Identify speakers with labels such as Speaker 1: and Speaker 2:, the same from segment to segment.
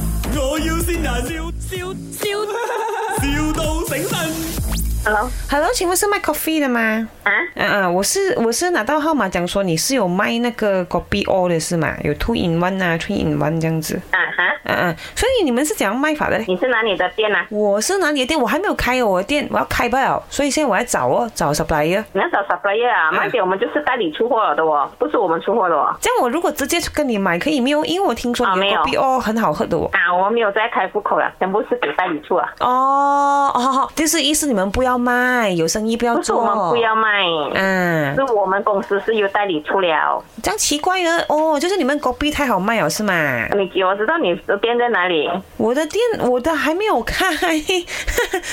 Speaker 1: 要先人，笑笑笑，,笑到醒神。
Speaker 2: Hello
Speaker 3: Hello，请问是卖 coffee 的吗？
Speaker 2: 啊，
Speaker 3: 嗯嗯，我是我是拿到号码讲说你是有卖那个 coffee all 的是吗？有 two in one 啊，three in one 这样子。
Speaker 2: 啊哈，
Speaker 3: 嗯嗯，所以你们是怎样卖法的嘞？
Speaker 2: 你是哪里的店啊？
Speaker 3: 我是哪里的店？我还没有开哦，我的店，我要开不了，所以现在我要找哦，找 supplier。
Speaker 2: 你要找 supplier 啊？慢点，我们就是代理出货的哦，不是我们出货的哦。
Speaker 3: 这样我如果直接去跟你买可以没有？因为我听说
Speaker 2: 啊
Speaker 3: 你的
Speaker 2: 没有
Speaker 3: coffee all 很好喝的哦。
Speaker 2: 啊，我们没有在开户口了，全部是给代理处啊。
Speaker 3: 哦哦，就是意思你们不要卖，有生意不要
Speaker 2: 不是我
Speaker 3: 做。
Speaker 2: 们不要卖，
Speaker 3: 哦嗯
Speaker 2: 是，我们公司是有代理处了。
Speaker 3: 这样奇怪呢？哦，就是你们狗币太好卖了是吗？
Speaker 2: 你我知道你的店在哪里，啊
Speaker 3: 我的店我的还没有开，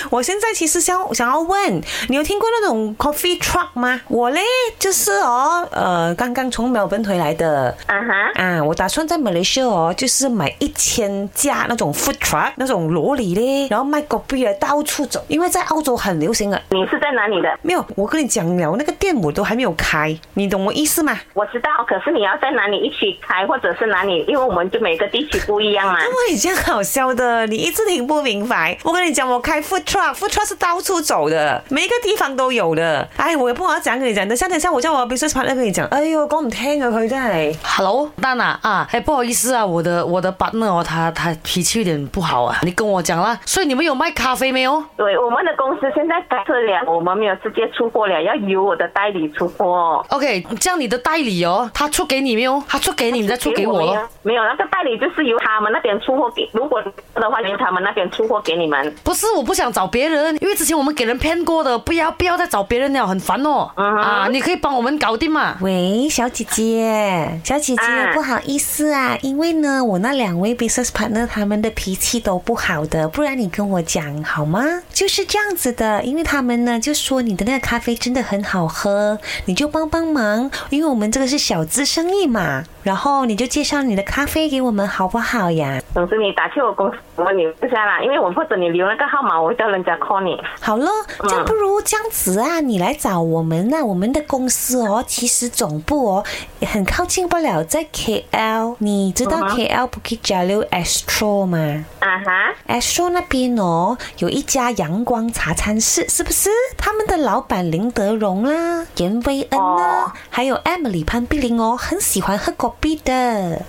Speaker 3: 我现在其实想想要问，你有听过那种 coffee truck 吗？我嘞就是哦，呃，刚刚从墨尔本回来的。
Speaker 2: 啊哈，
Speaker 3: 啊，我打算在马来西亚哦，就是买一千架那种 food truck 那种罗里嘞，然后卖狗币来到处走，因为在澳洲很流行的。啊
Speaker 2: 你是在哪里的？
Speaker 3: 没有，我跟你讲了，那个店我都还没有开，你懂我意思吗？
Speaker 2: 我知道，可是你要在哪里一起开，或者是哪里，因为我们就每个地区不一样嘛。
Speaker 3: 哇，你这样好笑的，你一直听不明白。我跟你讲，我开 food truck，food truck 是到处走的，每一个地方都有的。哎，我也不好意思讲跟你讲，等一下等一下，我叫我 business partner 跟你讲。哎呦，講唔聽啊，佢真係。
Speaker 4: Hello，蛋啊啊，哎，不好意思啊，我的我的 partner 哦，他他脾气有点不好啊，你跟我讲啦。所以你们有卖咖啡没有？
Speaker 2: 对，我们的公司现在改设了，我们没有直接出货了，要由我的代理出货。
Speaker 4: OK，这样你的代理哦，他出给你没有？他出给你，你再出给我咯。
Speaker 2: 呀没有，那个代理就是由他们那边出货给，如果你要的话由他们那边出货给你们。
Speaker 4: 不是，我不想找别人，因为之前我们给人骗过的，不要不要再找别人了，很烦哦。啊，你可以帮我们搞定嘛？
Speaker 3: 喂，小姐姐，小姐姐，
Speaker 2: 啊
Speaker 3: 不好意思啊，因为呢，我那两位 business partner 他们的脾气都不好的，不然你跟我讲好吗？就是这样子的，因为他们呢就说你的那个咖啡真的很好喝，你就帮帮忙，因为我们这个是小资生意嘛，然后你就介绍你的咖啡给我们好不好呀？
Speaker 2: 总之你打去我公司，我们留下啦，啊因为我或者你留那个号码，我叫人家 call 你。
Speaker 3: 好了，
Speaker 2: 嗯
Speaker 3: 这样不如这样子啊，你来找我们那、我们的公司哦，其实总部哦很靠近不了，在 KL。你知道
Speaker 2: 嗯哼
Speaker 3: KL Bukit Jalil Astro 吗
Speaker 2: 啊哈，
Speaker 3: ？Astro 那边哦，有一家阳光茶餐室，是不是？他们的老板林德荣啦、严威恩啦，
Speaker 2: 哦
Speaker 3: 还有 Emily 潘碧玲哦，很喜欢喝果啤的。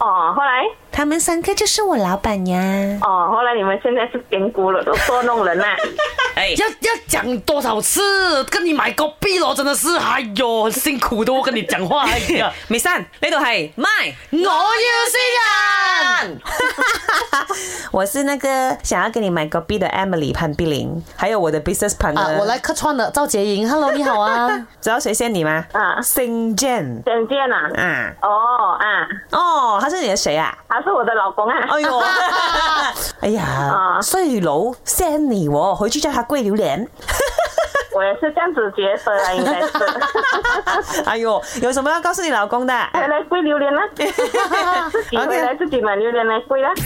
Speaker 2: 哦，后来
Speaker 3: 他们三个就是我老板呀。
Speaker 2: 哦，后来你们现在是评估了，都捉弄人啊啦、
Speaker 4: 要要讲多少次？跟你买个币咯，真的是，哎呦，很辛苦的，我跟你讲话，哎 呀，
Speaker 3: 美山，呢度系麦。
Speaker 4: 我要新人。
Speaker 3: 我是那个想要跟你买隔壁的 Emily 潘碧玲，还有我的 business partner，、
Speaker 4: 啊，我来客串了，赵洁莹，Hello，你好啊。
Speaker 3: 知道谁先你吗？
Speaker 2: 啊
Speaker 3: ，Sing Jen
Speaker 2: 真见啊。
Speaker 3: 啊，
Speaker 2: 哦啊，
Speaker 3: 哦，他是你的谁啊？
Speaker 2: 他是我的老公啊。
Speaker 3: 哎 呦，哎呀，
Speaker 2: 啊
Speaker 3: 衰佬 send 你哦，回去叫他跪榴莲。
Speaker 2: 我也是这样子觉得啊，应该是。
Speaker 3: 哎呦，有什么要告诉你老公的？
Speaker 2: 回来跪榴莲啦，自己回来自己买榴莲来跪啦。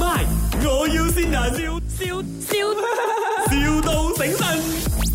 Speaker 1: My，我要先人，笑笑笑，,笑到醒神。